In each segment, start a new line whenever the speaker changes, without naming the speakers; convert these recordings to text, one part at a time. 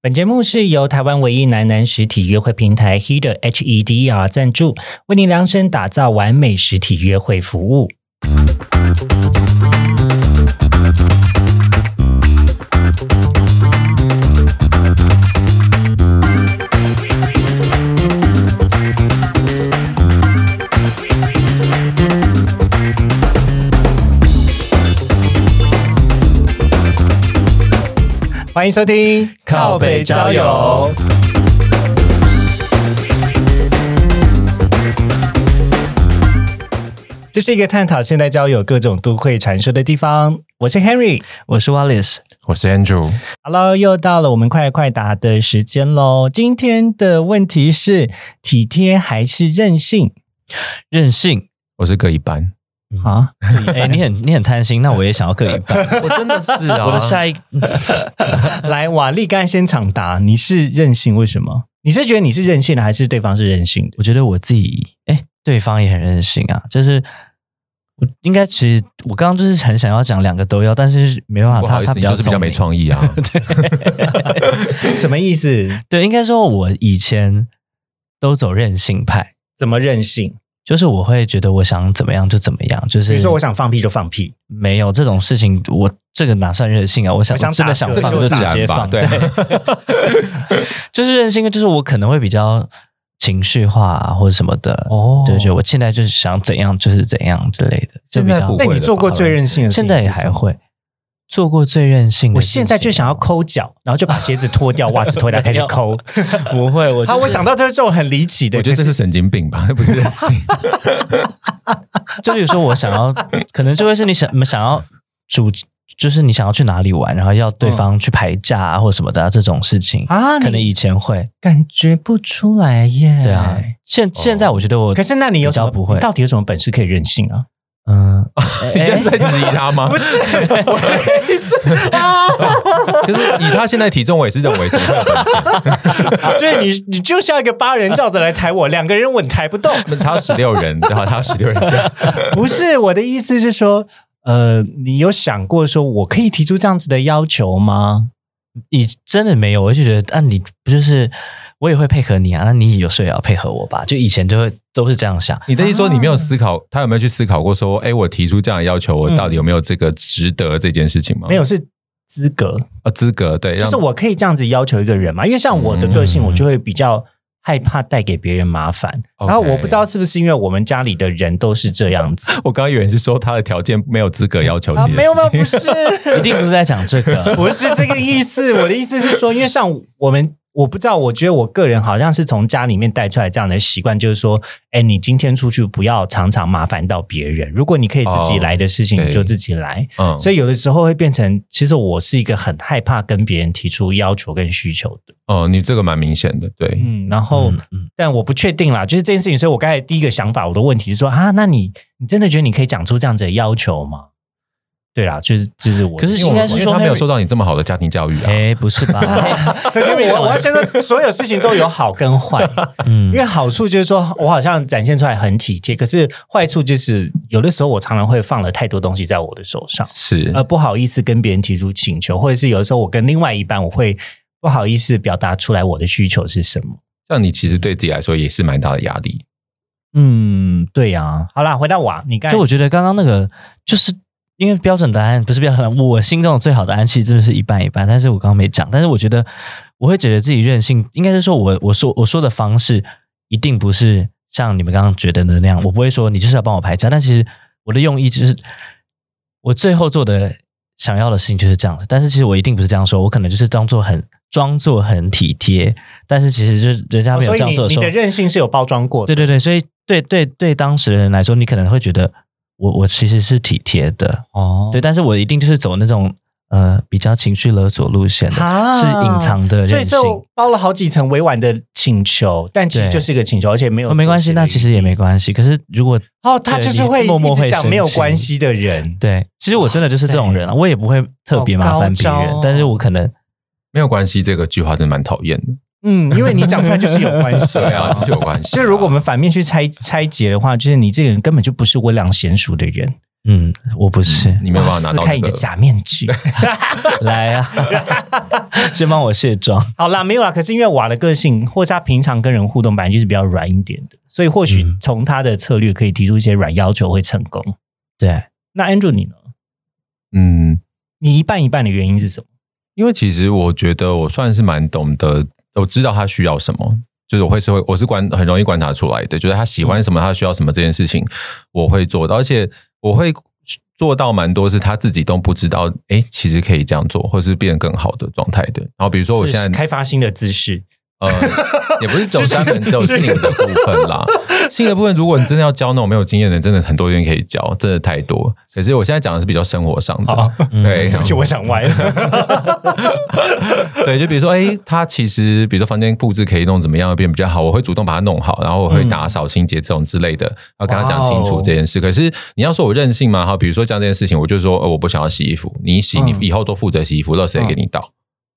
本节目是由台湾唯一男男实体约会平台 Heder H E D E R 赞助，为您量身打造完美实体约会服务。欢迎收听《
靠北交友》。
这是一个探讨现代交友各种都会传说的地方。我是 Henry。
我是 Wallace，
我是 Andrew，
Hello，又到了我们快快答的时间喽。今天的问题是体贴还是任性
任 性。
我是各一 半。
啊？
哎、你很你很贪心，那我也想要各一 半。
我真的是啊
我的下一，
来，瓦力刚才先抢答，你是任性，为什么？你是觉得你是任性的，还是对方是任性的？
我觉得我自己，哎、对方也很任性啊。就是我应该其实我刚刚就是很想要讲两个都要，但是没办法，
不
他
好
啊
意
他
思，你就是比较没
聪
创意啊。
什么意思
明。？对，应该说我以前都走任性派，
怎么任性？
就是我会觉得我想怎么样就怎么样，就是
比如说我想放屁就放屁，
没有这种事情，我这个哪算任性啊？我想
我想
真的
打
想
嗝
放
这
就
就
直
自
然
接
吧
放，
对
就是任性，就是我可能会比较情绪化、啊、或者什么的，
哦
对，就我现在就是想怎样就是怎样之类的，就比
现在
较
不
那
会
你做过最任性的事情
现
是
在也
什
还
么。
会做过最任性的
我
事情
现在就想要抠脚，然后就把鞋子脱掉，袜子脱掉，开始 抠。
不会，我、
好，我想到就是这种很离奇的，
我觉得这
可
是神经病吧，那不是任性。
就比如说我想要，可能就会是你想想要主，就是你想要去哪里玩，然后要对方去排假啊、或什么的、啊、这种事情，
嗯啊，
可能
你
以前会，
感觉不出来耶。
对啊，现现在我觉得我，
哎哦可是那你有
比
什
较
么
不会
你到底有什么本事可以任性啊？
嗯，
你现在在质疑他吗？
不是，我啊的意思
可是以他现在体重，我也是认为怎么会有本钱？
就是你，你就像一个八人罩子来抬我，两个人我抬不动。
那 他十六人，然后他十六人这样，
不是我的意思是说，呃，你有想过说我可以提出这样子的要求吗？
你真的没有，我就觉得，那、啊你不就是我也会配合你啊？那你有时候也要配合我吧？就以前就会都是这 样想，
你的意思说你没有思考，他有没有去思考过说，哎，我提出这样的要求，我到底有没有这个值得这件事情吗？
没有是资格，
啊，资格对，
就
让
是我可以这样子要求一个人嘛？因为像我的个性，
嗯
我就会比较害怕带给别人麻烦。
OK
然后我不知道是不是因为我们家里的人都是这样 子
我刚刚以为是说他的条件没有资格要求
啊？
你，
没有没有，不 是，
一定不是在讲 这个。
不是这个意思。我的意思是说，因为像我们，我不知道，我觉得我个人好像是从家里面带出来这样的习惯，就是说，哎，你今天出去不要常常麻烦到别人。如果你可以自己来的事
哦
情，
对
你就自己来。
嗯
所以有的时候会变成，其实我是一个很害怕跟别人提出要求跟需求的。
哦，你这个蛮明显的，对，
嗯，然后，
嗯嗯
但我不确定啦，就是这件事情。所以我刚才第一个想法，我的问题是说啊，那你你真的觉得你可以讲出这样子的要求吗？对啦，就是就是我的，
可是
因为我
应该是
因为
说
他没有
Henry-
受到你这么好的家庭教育啊。
哎、不是吧？
可是我我要先 说，所有事情都有好跟坏，因
嗯，
为好处就是说我好像展现出来很体贴，可是坏处就是有的时候我常常会放了太多东西在我的手上，
是，
呃，不好意思跟别人提出请求，或者是有的时候我跟另外一半我会不好意思表达出来我的需求是什么。
像你其实对自己来说也是蛮大的压力。
嗯，对呀、好啦，回到我，你刚才
就我觉得刚刚那个，就是因为标准答案不是标准答案，我心中的最好答案其实真的是一半一半，但是我刚刚没讲，但是我觉得我会觉得自己任性，应该是说我我说我说的方式一定不是像你们刚刚觉得的那样，我不会说你就是要帮我排假，但其实我的用意就是我最后做的想要的事情就是这样子，但是其实我一定不是这样说，我可能就是装作很装作很体贴，但是其实就是人家
哦
没有
所
这
以
样
你
做的时
你
候，
的任性是有包装过的，
对对对，所以对对对，当事人来说，你可能会觉得我我其实是体贴的，
哦
对，但是我一定就是走那种呃比较情绪勒索路线的，
啊
是隐藏的
所以
任性
是。我包了好几层委婉的请求，但其实
对
就是一个请求，而且没有
哦没关系，那其实也没关系。可是如果
哦，他
对
就是
你
会
默默
一直
会
讲
生
没有
气
关系的 人。
对，其实我真的就是这种人
哇
啊，
塞
我也不会特别麻烦别
好高
人
招哦，
但是我可能
没有关系，这个句话真的蛮讨厌的。
嗯，因为你讲出来就是有关系
对啊，就是有关系啊。
就如果我们反面去拆拆解的话，就是你这个人根本就不是温良贤淑的人，
嗯，我不是，
你没有办法拿
撕
到
开
那
你的
个。
假面 具。
来啊， 先帮我卸妆。
好啦，没有啦。可是因为瓦的个性，或是他平常跟人互动本来就是比较软一点的，所以或许
嗯
从他的策略可以提出一些软要求会成功。
对，
那 Andrew 你呢？
嗯，
你一半一半的原因是什么？
因为其实我觉得我算是蛮懂得，我知道他需要什么，就是我会是会，我是观很容易观察出来的，就是他喜欢什么，他需要什么这件事情，我会做到，而且我会做到蛮多是他自己都不知道，诶，其实可以这样做，或是变得更好的状态的。然后比如说我
是
现在
开发新的姿势，
呃，也不是走专门只有性的部分啦。性的部分，如果你真的要教那种没有经验的人，真的很多人可以教，真的太多。可是我现在讲的是比较生活上的，
好，
嗯
对
哦对不起，我想歪了。
对，就比如说，哎、他其实比如说房间布置可以弄怎么样变比较好，我会主动把它弄好，然后我会打扫清洁这种之类的，要跟他讲清
哇
楚
哦
这件事。可是你要说我任性嘛，哈，比如说像这件事情，我就说、呃我不想要洗衣服，你洗，你
嗯
以后都负责洗衣服，垃圾也给你倒。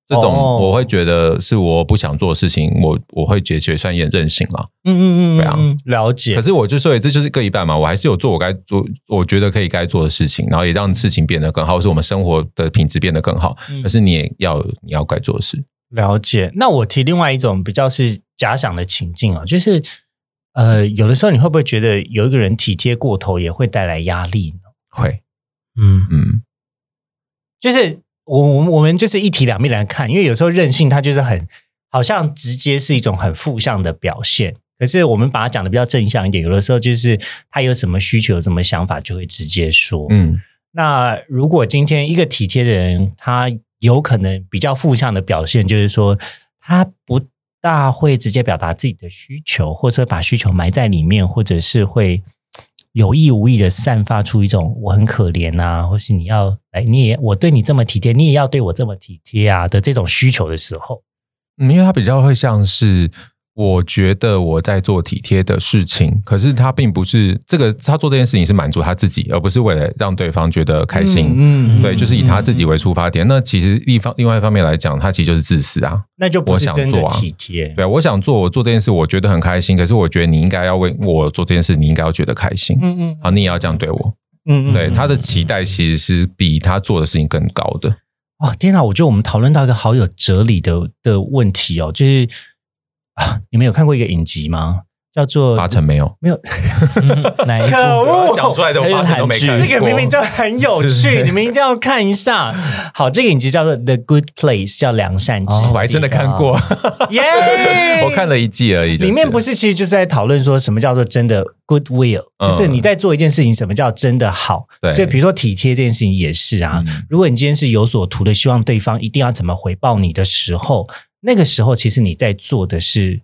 这种
哦
我会觉得是我不想做的事情，我我会觉得也算也任性了。
嗯嗯嗯，
对啊
嗯，了解
可。是我就说，哎这就是各一半嘛，我还是有做我该做，我觉得可以该做的事情，然后也让事情变得更好，或是我们生活的品质变得更好。
嗯
可是你也要你要该做的事，
了解。那我提另外一种比较是假想的情境啊，就是呃，有的时候你会不会觉得有一个人体贴过头也会带来压力呢？
会，
嗯，
嗯，
就是我我们我们就是一体两面来看，因为有时候任性它就是很好像直接是一种很负向的表现。可是我们把它讲的比较正向一点，有的时候就是他有什么需求、有什么想法，就会直接说。
嗯，
那如果今天一个体贴的人，他有可能比较负向的表现，就是说他不大会直接表达自己的需求，或者把需求埋在里面，或者是会有意无意的散发出一种我很可怜啊，或是你要哎你也我对你这么体贴，你也要对我这么体贴啊的这种需求的时候，
嗯因为它比较会像是。我觉得我在做体贴的事情，可是他并不是这个，他做这件事情是满足他自己，而不是为了让对方觉得开心。
嗯
对，就是以他自己为出发点。那其实一方另外一方面来讲，他其实就是自私啊。
那就不是
我想
真的
做啊
体贴，
对啊，我想做，我做这件事，我觉得很开心。可是我觉得你应该要为我做这件事，你应该要觉得开心。
嗯嗯
好，你也要这样对我。
嗯
对他的期待其实是比他做的事情更高的。
哇，哦天哪！我觉得我们讨论到一个好有哲理的的问题哦，就是啊，你们有看过一个影集吗？叫做
八成没有，
没有，嗯
哪一
可
部？
恶！
讲出来的我八成都没看过。
这个明明就很有
是
趣，
不是
你们一定要看一下。好，这个影集叫做《The Good Place》，叫《良善之地》
哦
我还真的看过，！
耶
我看了一季而已。就是
里面不是其实就是在讨论说什么叫做真的 goodwill，、
嗯
就是你在做一件事情，什么叫真的好？
对
就比如说体贴这件事情也是啊。
嗯
如果你今天是有所图的，希望对方一定要怎么回报你的时候，那个时候其实你在做的是，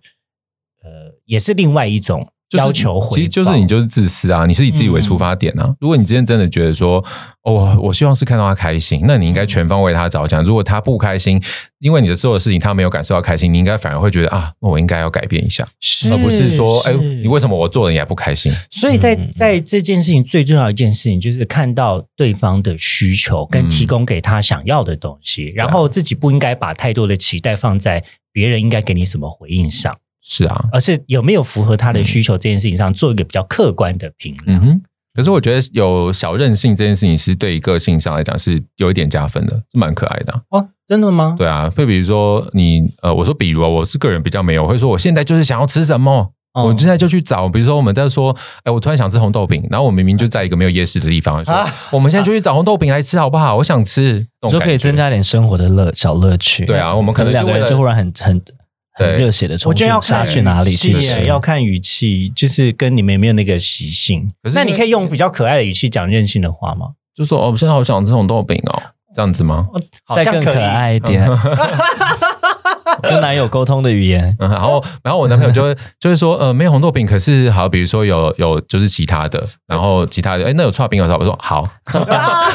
呃，也是另外一种
就是
要求回报。嗯
其实就是你就是自私啊，你是以自己为出发点啊。如果你今天真的觉得说，哦，我希望是看到他开心，那你应该全方为他着想。如果他不开心，因为你的做的事情他没有感受到开心，你应该反而会觉得啊，那我应该要改变一下，
是
而不是说，哎，你为什么我做了你还不开心？
所以在
嗯嗯嗯
在这件事情最重要的一件事情，就是看到对方的需求跟
嗯
提供给他想要的东西，
嗯
然后自己不应该把太多的期待放在别人应该给你什么回应
嗯
上，
是啊，
而是有没有符合他的需求这件事情上做一个比较客观的评
嗯
量。
哼。可是我觉得有小任性这件事情，是对于个性上来讲是有一点加分的，是蛮可爱的啊、
哦，真的吗？
对啊，会比如说你呃，我说比如啊，我是个人比较没有，我会说我现在就是想要吃什么，
哦
我现在就去找。比如说我们在说，哎，我突然想吃红豆饼，然后我明明就在一个没有夜市的地方，说
啊
我们现在就去找红豆饼来吃好不好？我想吃，这
就
种
可以
感觉
增。加点生活的乐小乐趣。
对啊我们可能
两
就
个
为
人
了
就忽然很很很
对
热血的冲
我觉
去
得要
杀
看
去哪里
语气
去
耶
吃？
要看语气，就是跟你们有没有那个习性
可。是
那
因为
你可以用比较可爱的语气讲任性的话吗？
就说哦，我现在好想吃红豆饼哦，这样子吗？
哦好
再
这样
更可
以
爱一点， 跟男友沟通的语言。
嗯，然后然后我男朋友就会就会说，呃，没有红豆饼，可是好，比如说有有就是其他的，然后其他的，哎，那有串饼有啥？我说 好，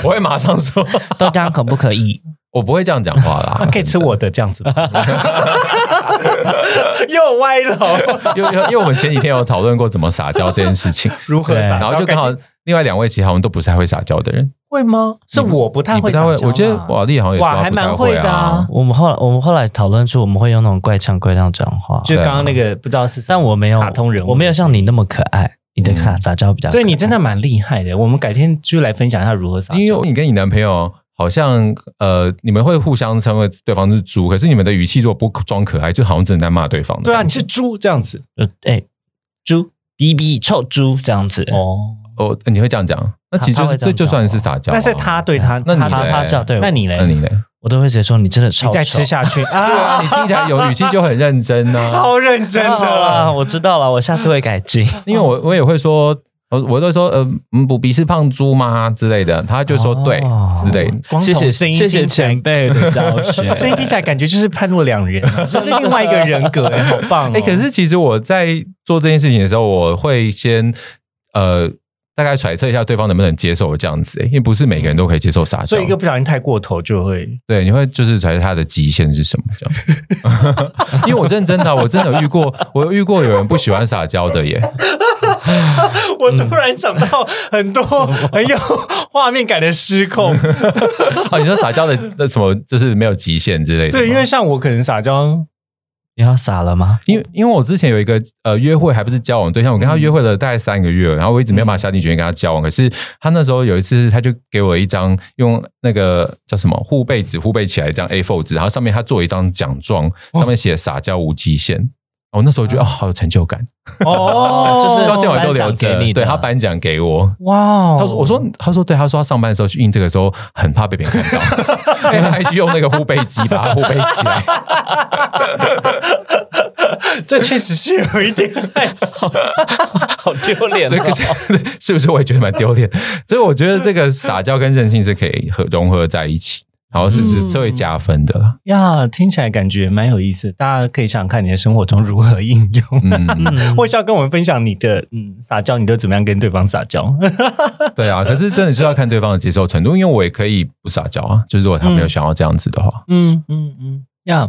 我会马上说，
豆浆可不可以？
我不会这样讲话啦。
可以吃我的这样子 吗，又歪楼，
因为因为因为我们前几天有讨论过怎么撒娇这件事情，
如何
对
撒娇？
然后就刚好另外两位其实好像都不是太会撒娇的人，
会吗？是我不太
你
会
不
撒
太
娇
会
啦，。
我觉得瓦力好像也
哇
说他
还
不太
蛮
会
会的啊
我们后来我们后来讨论出我们会用那种怪腔怪调讲话，
啊
就刚刚那个不知道是什么
但我没有
卡通人物，
我没有像你那么可爱，你
嗯
的撒撒娇比较可爱，
对你真的蛮厉害的。我们改天就来分享一下如何撒娇。
因为你跟你男朋友好像呃，你们会互相称谓对方是猪，可是你们的语气如果不装可爱，就好像真的在骂对方。
对啊，你是猪这样子
就哎猪比比臭猪这样子，
哦，
哦，你会这样讲，那其实
他
就
他会
是
这样
这就算是撒娇啊。啊
那是他对他，
那你
他
他
嘞
他这样对我，
那你嘞
那？你呢？
我都会直接说你真的超
你再
丑
吃下去
对 啊，
啊！
你听起来有语气就很认真呢、啊。
超认 真
好啦
的，
啊我知道了，我下次会改 进。
因为我我也会说，我我都会说，呃，嗯不比是胖猪吗之类的，他就说
哦
对之类的。
光
谢谢
从声音
谢谢
听起来
前辈的教学，
声音听起来感觉就是判若两 人，这是另外一个人格，哎，好棒哦！
哎、可是其实我在做这件事情的时候，我会先呃大概揣测一下对方能不能接受我这样子、欸，因为不是每个人都可以接受撒娇
所以。一个不小心太过头就会
对，你会就是揣测他的极限是什么这样。 因为我认真的啊，我真的有遇过，我有遇过有人不喜欢撒娇的耶。
我突然想到很多很有画面感的失控，
哦，你说撒娇的那什么，就是没有极限之类的 吗。
对，因为像我可能撒娇，
你要撒了吗？
因为因为我之前有一个呃约会，还不是交往对象，我跟他约会了大概三个月，然后我一直没有办法下定决心跟他交往。可是他那时候有一次，他就给我一张用那个叫什么护背纸护背起来一张 A4 纸，然后上面他做一张奖状，上面写撒娇无极限。我那时候觉得哦，好有成就感，
哦，
就是
到现在我都
嗯
留
颁奖
着
给你。的
对他颁奖给我，
哇哦，
他说我说他说对，他说他上班的时候去印这个时候很怕被别人 看到，因为他还去用那个护背机把它护背起来。
这确实是有一点害羞，
好丢脸
这个是 是不是我也觉得蛮丢脸？所以我觉得这个撒娇跟任性是可以和融合在一起，然后是是
嗯
这会加分的啦。
呀，听起来感觉蛮有意思，大家可以想想看你的生活中如何应用。
嗯，
或是要跟我们分享你的嗯撒娇，你都怎么样跟对方撒娇？
对啊。可是真的是要看对方的接受程度，因为我也可以不撒娇啊。就是如果他没有想要这样子的话，
嗯嗯嗯，呀，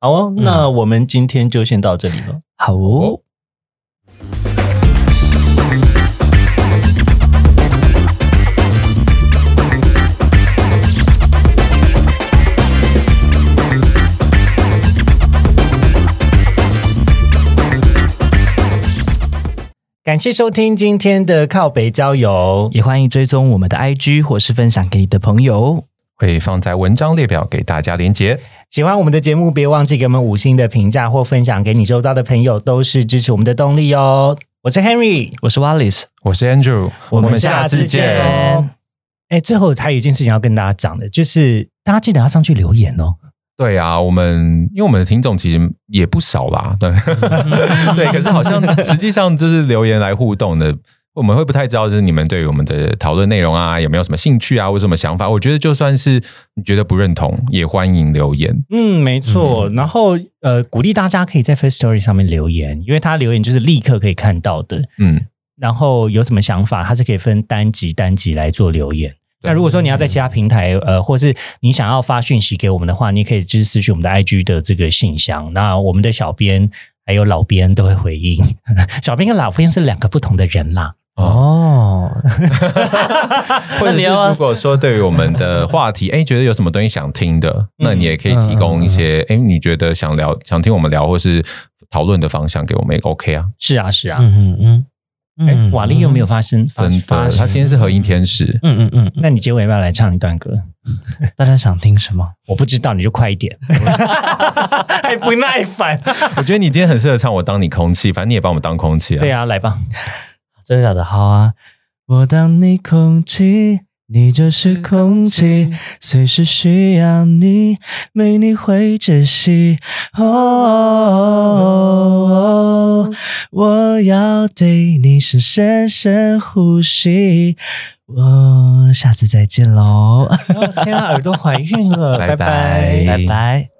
好哦，那我们今天就先到这里了。
好哦，
感谢收听今天的靠北郊游，
也欢迎追踪我们的 IG 或是分享给你的朋友。
会放在文章列表给大家连接。
喜欢我们的节目，别忘记给我们五星的评价或分享给你周遭的朋友，都是支持我们的动力哦。我是 Henry，
我是 Wallace，
我是 Andrew，
我们下次见
哦。哎，最后还有一件事情要跟大家讲的，就是大家记得要上去留言哦。
对啊，我们因为我们的听众其实也不少啦，对对，可是好像实际上就是留言来互动的，我们会不太知道就是你们对于我们的讨论内容啊有没有什么兴趣啊，或什么想法。我觉得就算是你觉得不认同，也欢迎留言。
嗯，没错。然后呃，鼓励大家可以在 First Story 上面留言，因为他留言就是立刻可以看到的。
嗯，
然后有什么想法，它是可以分单集单集来做留言。那如果说你要在其他平台，呃，或是你想要发讯息给我们的话，你可以就是私讯我们的 IG 的这个信箱，那我们的小编还有老编都会回应。 小编跟老编是两个不同的人啦。
哦，
或
那
者
你
是
要啊
如果说对于我们的话题，哎，觉得有什么东西想听的，那你也可以提供一
嗯
些，哎，你觉得想聊、想听我们聊或是讨论的方向给我们也，OK 啊？
是啊，是啊。
嗯嗯
哎、
嗯，
瓦力有没有？发生？发
真
发
的，他今天是和音天使。
嗯嗯嗯，嗯
那你结尾要不要来唱一段歌？
大家想听什么？
我不知道，你就快一点，还不耐烦。
我觉得你今天很适合唱《我当你空气》，反正你也把我们当空气啊。
对啊，来吧。
真的假的？好啊！我当你空气，你就是空气，随时需要你，没你会窒息。哦哦，哦我要对你深深深呼吸。我下次再见喽，
哦天啊，耳朵怀孕了，
拜拜
拜拜
拜拜。